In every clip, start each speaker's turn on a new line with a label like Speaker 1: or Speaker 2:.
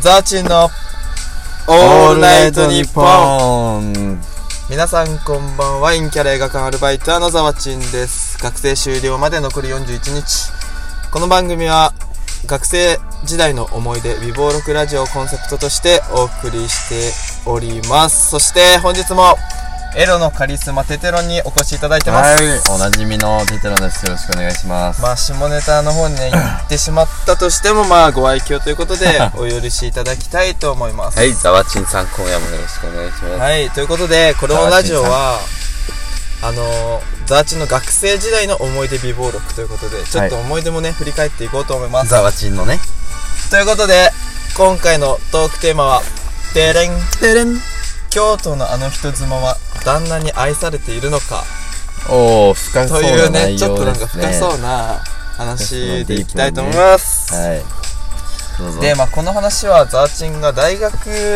Speaker 1: ザーチンのオールナイトニッポン
Speaker 2: ン
Speaker 1: 皆さんこんばんはインキャラ映画館アルバイトのザワチンです学生終了まで残り41日この番組は学生時代の思い出美貌録ラジオをコンセプトとしてお送りしておりますそして本日もエロのカリスマテテロにお越しいただいてます、
Speaker 2: はいおなじみのテテロですよろしくお願いします
Speaker 1: まあ下ネタの方にね行ってしまったとしてもまあご愛嬌ということ でお許しいただきたいと思います
Speaker 3: はい、ザワチンさん、今夜もよろしくお願いします。
Speaker 1: はい、ということで、このラジオは、あのー、ザーチンの学生時代の思い出美貌録ということで、ちょっと思い出もね、振り返っていこうと思います。
Speaker 2: ザワチンのね
Speaker 1: ということで、今回のトークテーマは、デレン、
Speaker 2: テレン
Speaker 1: 京都のあの人妻は旦那に愛されているのか、
Speaker 2: おお深そ
Speaker 1: と
Speaker 2: う
Speaker 1: い
Speaker 2: な
Speaker 1: うね、
Speaker 2: 内
Speaker 1: ちょっと
Speaker 2: 容
Speaker 1: な
Speaker 2: で
Speaker 1: んか
Speaker 2: すね
Speaker 1: 深そうな話でいきたいと思います。
Speaker 2: はいどうぞ
Speaker 1: で、まあ、この話はザーチンが大学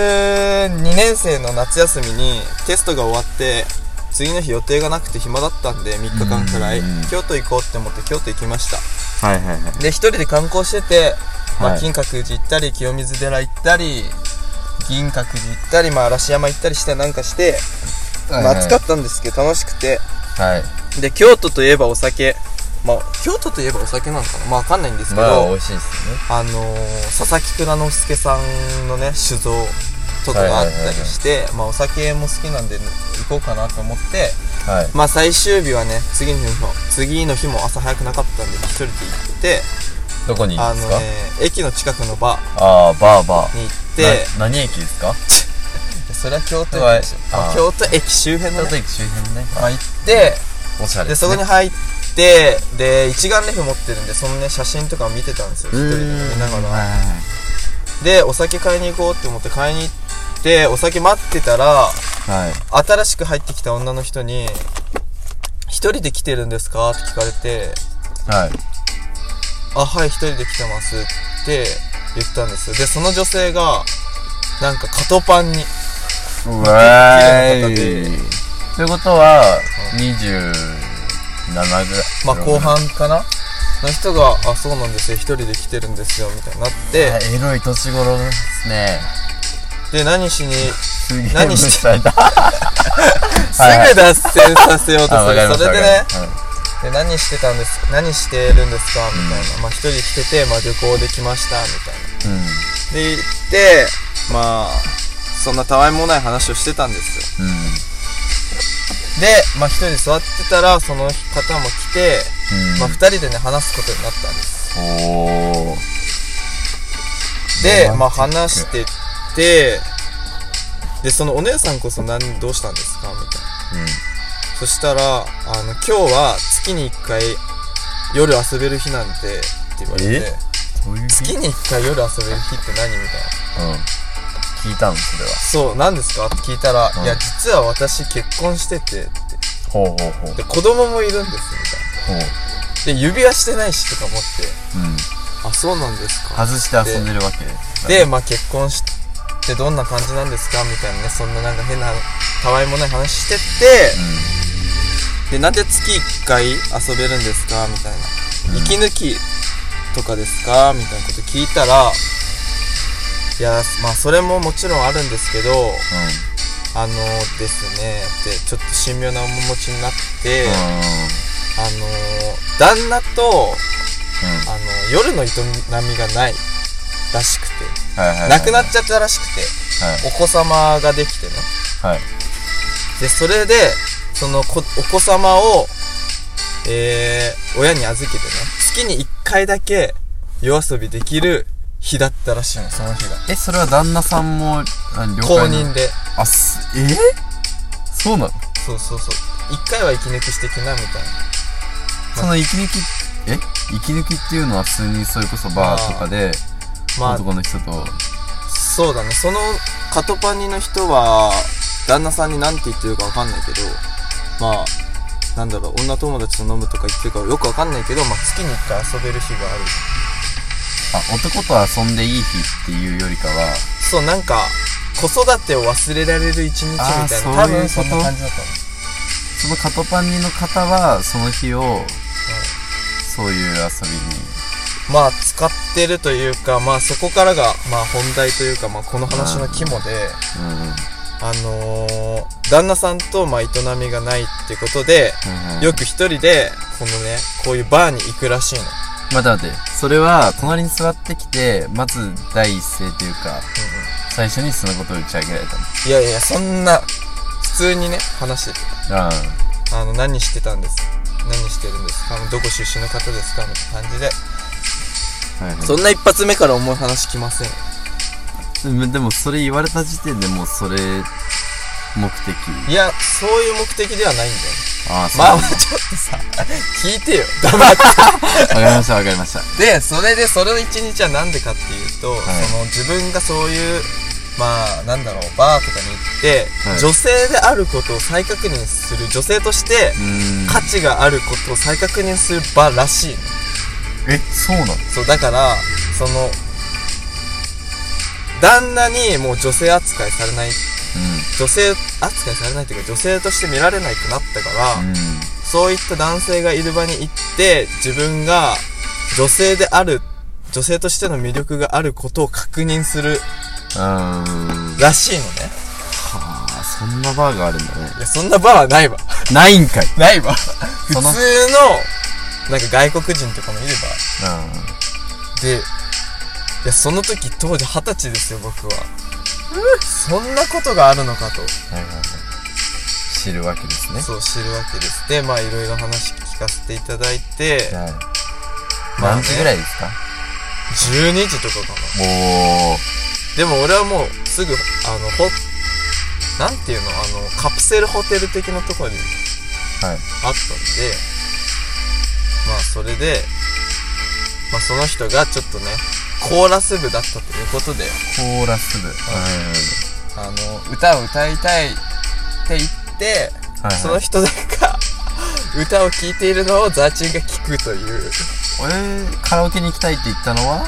Speaker 1: 2年生の夏休みにテストが終わって次の日予定がなくて暇だったんで3日間くらい
Speaker 2: うん
Speaker 1: 京都行こうって思って京都行きました
Speaker 2: はいはいはい
Speaker 1: で一人で観光してて、ま
Speaker 2: は
Speaker 1: あ、
Speaker 2: い
Speaker 1: 金閣寺行ったり清水寺行ったり銀閣寺行ったり、まあ、嵐山行ったりしてなんかして、まあ暑かったんですけど楽しくて
Speaker 2: はい
Speaker 1: で京都といえばお酒まあ京都といえばお酒なのかなまあわかんないんですけど、
Speaker 2: まあ美味しいですね
Speaker 1: あのー佐々木蔵之介さんのね酒造とかがあったりしてまあお酒も好きなんで行こうかなと思って
Speaker 2: はい
Speaker 1: まあ最終日はね次の日も次の日も朝早くなかったんで一人で行って
Speaker 2: どこに行
Speaker 1: あ
Speaker 2: くんです
Speaker 1: の
Speaker 2: か
Speaker 1: ね駅の近くのバー
Speaker 2: ああーバーバー
Speaker 1: に行って
Speaker 2: な何駅ですか
Speaker 1: それは京都駅ですよ
Speaker 2: は
Speaker 1: まあ
Speaker 2: いあー
Speaker 1: 京都駅周辺のね
Speaker 2: 駅周辺ね
Speaker 1: まあ行って
Speaker 2: おしゃれ
Speaker 1: ですそ
Speaker 2: ね
Speaker 1: こに入ってで一眼レフ持ってるんでそのね写真とかを見てたんですよ一人で見ながら
Speaker 2: は
Speaker 1: でお酒買いに行こうって思って買いに行ってお酒待ってたら
Speaker 2: い
Speaker 1: 新しく入ってきた女の人に「一人で来てるんですか?」って聞かれて
Speaker 2: はい
Speaker 1: 「あはい一人で来てます」って言ったんですよでその女性がなんかカトパンに
Speaker 2: うわーい
Speaker 1: 綺麗な
Speaker 2: ということは27ぐらい
Speaker 1: まあ後半かなの人が「あそうなんですよ一人で来てるんですよ」みたいになって、
Speaker 2: あエロい年頃ですね
Speaker 1: で何しに
Speaker 2: すげえ
Speaker 1: 何して
Speaker 2: たいだ
Speaker 1: すぐ脱線させようと
Speaker 2: あ
Speaker 1: す
Speaker 2: わかり
Speaker 1: る
Speaker 2: まし
Speaker 1: そ
Speaker 2: た
Speaker 1: れで
Speaker 2: わ
Speaker 1: ね
Speaker 2: かりましたはい
Speaker 1: で何してたんです何してるんですかみたいな、まあ一人来てて、まあ、旅行できましたみたいなで行ってまあそんなたわいもない話をしてたんですよ
Speaker 2: うんうん
Speaker 1: でまあ一人座ってたらその方も来て、
Speaker 2: うん
Speaker 1: まあ二人でね話すことになったんです
Speaker 2: おー
Speaker 1: で
Speaker 2: ロ
Speaker 1: ま
Speaker 2: マ
Speaker 1: あ
Speaker 2: ンチ
Speaker 1: 話し
Speaker 2: ック
Speaker 1: てってでそのお姉さんこそ何どうしたんですかみたいなそしたらあの「今日は月に1回夜遊べる日なんて」って言われて
Speaker 2: えうんどういう日
Speaker 1: 月に1回夜遊べる日って何みたいな
Speaker 2: うん聞いたのそれは
Speaker 1: そう何ですかって聞いたら、
Speaker 2: うん
Speaker 1: いや実は私結婚しててって
Speaker 2: ほうほうほう
Speaker 1: で子供もいるんですみたいな
Speaker 2: ほう
Speaker 1: で指輪してないしとか思って
Speaker 2: うん
Speaker 1: あそうなんですか
Speaker 2: 外して遊んでるわけです
Speaker 1: で、まあ、結婚してどんな感じなんですかみたいなねそんななんか変なたわいもない話してっ
Speaker 2: う
Speaker 1: てでなんで月1回遊べるんですかみたいな、
Speaker 2: うん
Speaker 1: 息抜きとかですかみたいなこと聞いたらいやまあそれももちろんあるんですけど
Speaker 2: んうん
Speaker 1: あのですねってちょっと神妙な面持ちになって、あ
Speaker 2: う
Speaker 1: の旦那と
Speaker 2: んうん
Speaker 1: あの夜の営みがないらしくて
Speaker 2: はいはいはい
Speaker 1: 亡くなっちゃったらしくて、お子様ができてね。
Speaker 2: はい
Speaker 1: で、それで、そのこお子様を、えー、親に預けてね、月に1回だけ夜遊びできる日だったらしいの、その日が。
Speaker 2: えそれは旦那さんもあ了
Speaker 1: 公
Speaker 2: 解なの
Speaker 1: 認で。
Speaker 2: あすえそうなの
Speaker 1: そうそうそう。1回は息抜きしてきな、みたいな。
Speaker 2: その息抜きえ息抜きっていうのは普通にそれこそバーとかで
Speaker 1: ま
Speaker 2: 男の人と
Speaker 1: あ、そうだね。その、カトパニの人は、旦那さんに何て言ってるかわかんないけど、まあ、なんだろう、女友達と飲むとか言ってるかよくわかんないけど、まあ、月に1回遊べる日がある。
Speaker 2: あ男と遊んでいい日っていうよりかは
Speaker 1: そうなんか子育てを忘れられる一日みた
Speaker 2: あ
Speaker 1: い
Speaker 2: ー
Speaker 1: な多
Speaker 2: そういう
Speaker 1: 分そんな
Speaker 2: こと
Speaker 1: 感じだと思
Speaker 2: そのカトパンニの方はその日を
Speaker 1: う
Speaker 2: そういう遊びに
Speaker 1: まあ使ってるというか、まあそこからが、まあ本題というか、まあこの話の肝で、
Speaker 2: うんうん
Speaker 1: あのー旦那さんと、まあ営みがないってことで、
Speaker 2: うんうん
Speaker 1: よく一人で、このね、こういうバーに行くらしいの。
Speaker 2: 待って待ってそれは隣に座ってきてまず第一声というか最初にそのことを打ち上げられた
Speaker 1: いやいや、そんな、普通にね、話してて。
Speaker 2: のああ
Speaker 1: あの、何してたんです何してるんですかどこ出身の方ですかみたいな感じで。
Speaker 2: はいはい
Speaker 1: そんな一発目から重い話きません。
Speaker 2: でもでもそれ言われた時点でもうそれ目的
Speaker 1: いや、そういう目的ではないんだよね。
Speaker 2: ああそう
Speaker 1: まあ
Speaker 2: わ
Speaker 1: まあちょっとさ、聞いてよ。黙っ
Speaker 2: かりましたわかりました
Speaker 1: て。それで、それの一日はなんでかっていうと、
Speaker 2: い
Speaker 1: その自分がそういう、まあ、なんだろう、バーとかに行って、
Speaker 2: はい
Speaker 1: 女性であることを再確認する、女性として
Speaker 2: う、ーん
Speaker 1: 価値があることを再確認する場らしいの。
Speaker 2: えそうなの
Speaker 1: そう、だから、その、旦那にもう女性扱いされない、女性扱いされないというか、女性として見られなくなったから、
Speaker 2: うんうん
Speaker 1: そういった男性がいる場に行って、自分が女性である、女性としての魅力があることを確認する
Speaker 2: あー
Speaker 1: らしいのね。
Speaker 2: あーそんなバーがあるんだね
Speaker 1: いや、そんな場はないわ。
Speaker 2: ないんかい
Speaker 1: ないわ。普通
Speaker 2: そ
Speaker 1: の
Speaker 2: の、
Speaker 1: なんか外国人とかもいる
Speaker 2: う
Speaker 1: 場で、いや、その時当時二十歳ですよ、僕は。そんなことがあるのかと。
Speaker 2: んはいはいはい知るわけですね
Speaker 1: そう知るわけです。で、まあいろいろ話聞かせていただいて、
Speaker 2: はい
Speaker 1: まあね
Speaker 2: 何時ぐらいですか
Speaker 1: 12時とかかな。
Speaker 2: おお
Speaker 1: でも俺はもうすぐ、あの、ほ、なんていうの、あの、カプセルホテル的なところに
Speaker 2: はい
Speaker 1: あったんで、まあそれで、まあその人がちょっとね、コーラス部だったということで、
Speaker 2: コーラス部
Speaker 1: あの、歌を歌いたいって言って、
Speaker 2: はい
Speaker 1: その人だけが 歌を聴いているのをザーチンが聴くという、
Speaker 2: 俺カラオケに行きたいって言ったのは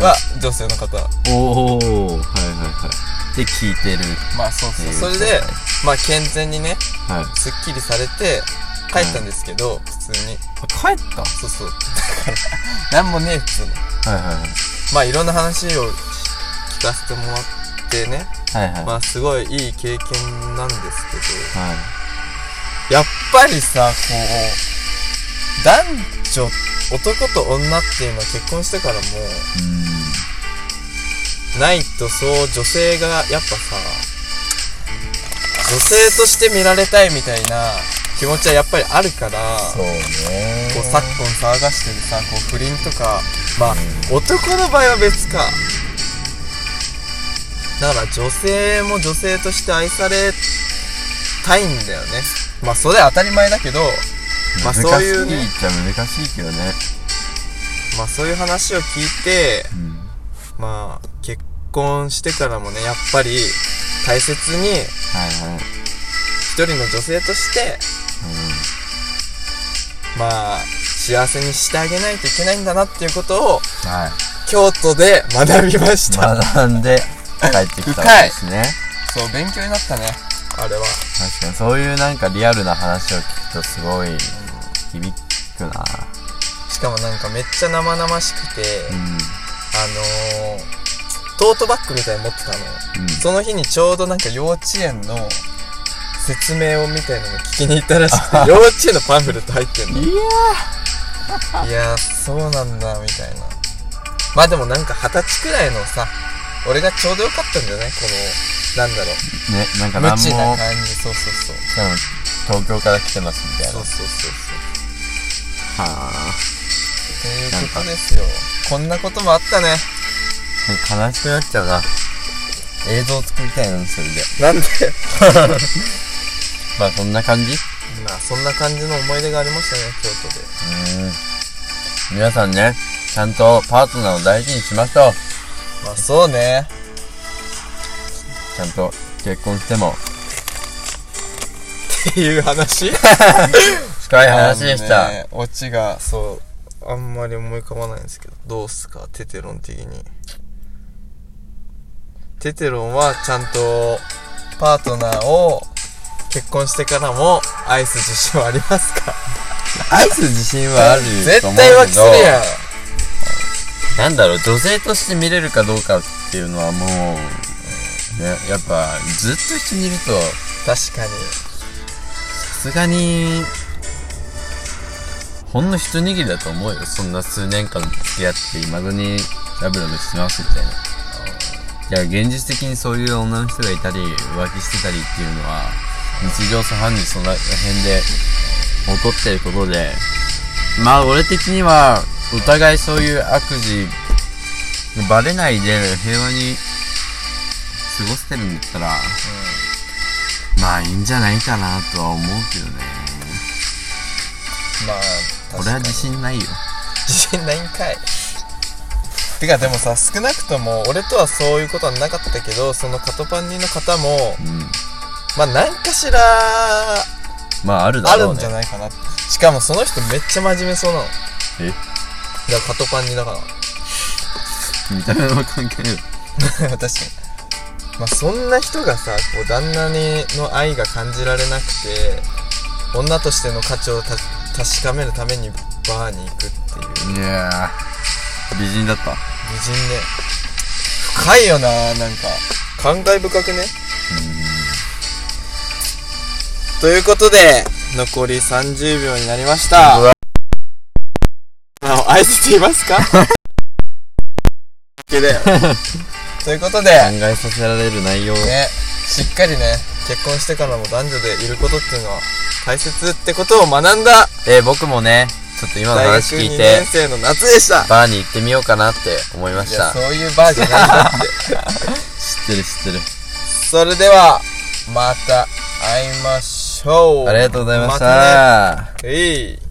Speaker 1: は女性の方。
Speaker 2: おおはいはいはいで聞いてる
Speaker 1: まあそうそう。
Speaker 2: えー
Speaker 1: それで、まあ健全にね、
Speaker 2: はい
Speaker 1: すっきりされて、帰ったんですけど、普通に。
Speaker 2: 帰った
Speaker 1: そうそう。だから、なんもねえっつうの。
Speaker 2: はいはいはい
Speaker 1: まあ、いろんな話を聞かせてもらってね。
Speaker 2: はいはい
Speaker 1: まあ、すごいいい経験なんですけ
Speaker 2: はい
Speaker 1: ど、やっぱりさ、こう、男女、男と女っていうのは結婚してからも
Speaker 2: うーん
Speaker 1: ないとそう女性がやっぱさ、女性として見られたいみたいな気持ちはやっぱりあるから、
Speaker 2: そうね
Speaker 1: こう昨今騒がしてるさこう不倫とかまあ男の場合は別かだから女性も女性として愛されたいんだよねまあそれは当たり前だけどまあそういうね
Speaker 2: 難しいっちゃ難しいけどね
Speaker 1: まあそういう話を聞いて
Speaker 2: うん
Speaker 1: まあ結婚してからもねやっぱり大切に
Speaker 2: はいはい
Speaker 1: 一人の女性としてまあ幸せにしてあげないといけないんだなっていうことを
Speaker 2: はい
Speaker 1: 京都で学びました、
Speaker 2: 学んで帰ってきたわけですね
Speaker 1: そう勉強になったねあれは
Speaker 2: 確かにそういうなんかリアルな話を聞くとすごい響くな
Speaker 1: しかもなんかめっちゃ生々しくて、
Speaker 2: うん
Speaker 1: あのー、トートバッグみたいに持ってたの。
Speaker 2: うん
Speaker 1: その日にちょうどなんか幼稚園の説明をみたいなの聞きに行ったらし くて、幼稚園のパンフレット入ってんの。
Speaker 2: いや
Speaker 1: いやー、そうなんだ、みたいな。まあでもなんか二十歳くらいのさ、俺がちょうどよかったんじゃないこの、なんだろ
Speaker 2: ーねなんか
Speaker 1: う、無
Speaker 2: 何も
Speaker 1: 知
Speaker 2: しか
Speaker 1: な
Speaker 2: も
Speaker 1: 感じ。そうそうそう。
Speaker 2: 東京から来てますみたいな
Speaker 1: そうそうそうそう。
Speaker 2: はあ
Speaker 1: っていうことですよ。こんなこともあったね。
Speaker 2: 悲しくなっちゃうな映像作りたいなそれで
Speaker 1: なんで
Speaker 2: まあそんな感じう
Speaker 1: まあそんな感じの思い出がありましたね、京都で。
Speaker 2: ーん皆さんねちゃんとパートナーを大事にしましょう
Speaker 1: まあそうね。
Speaker 2: ちゃんと結婚しても
Speaker 1: っていう話
Speaker 2: 深い話でした、
Speaker 1: あのねオチが、そう、あんまり思い浮かばないんですけど、どうっすか、テテロン的に。テテロンはちゃんと、パートナーを、結婚してからも、愛す自信はありますか
Speaker 2: 愛す自信はあると思うけど
Speaker 1: 絶対浮気するやん。
Speaker 2: なんだろう、女性として見れるかどうかっていうのはもう、ね、やっぱ、ずっと一緒にいると、
Speaker 1: 確かに。さすがに、
Speaker 2: ほんの一握りだと思うよ。そんな数年間付き合って、今後にラブラブしてますみたいな。いや、現実的にそういう女の人がいたり、浮気してたりっていうのは、日常茶飯事その辺で起こってることで、まあ俺的には、お互いそういう悪事、バレないで平和に過ごせてるんだったら、まあいいんじゃないかなとは思うけどね。
Speaker 1: まあ、確
Speaker 2: 俺は
Speaker 1: かに
Speaker 2: 自信ないよ。
Speaker 1: 自信ないんかいてかでもさ少なくとも俺とはそういうことはなかったけどそのカトパンニの方も
Speaker 2: うん。
Speaker 1: まあ何かしらあ
Speaker 2: まああるだろ
Speaker 1: る
Speaker 2: うん
Speaker 1: じゃ
Speaker 2: ね。
Speaker 1: ないかな、しかもその人めっちゃ真面目そうなの
Speaker 2: え
Speaker 1: だからカトパンニだから
Speaker 2: 見た目は関係ないよ。
Speaker 1: 確かにまあそんな人がさこう旦那にの愛が感じられなくて女としての価値をた確かめるためにバーに行くっていう
Speaker 2: いやー、美人だった。
Speaker 1: 美人ね深いよななんか感慨深くねということで残り30秒になりました
Speaker 2: 本当だ
Speaker 1: あの合図って言い ますか OK で ということで
Speaker 2: 考えさせられる内容。
Speaker 1: ねしっかりね結婚してからも男女でいることっていうのは大切ってことを学んだ
Speaker 2: えー、僕もね、ちょっと今の
Speaker 1: 大学
Speaker 2: 話聞
Speaker 1: 2
Speaker 2: いて
Speaker 1: 年、生の夏でした
Speaker 2: バーに行ってみようかなって思いま
Speaker 1: い
Speaker 2: し
Speaker 1: や
Speaker 2: た。
Speaker 1: そういうバーじゃないん だって
Speaker 2: 知ってる知ってる。
Speaker 1: それではまた会いましょう
Speaker 2: ありがとうございました。
Speaker 1: たねえい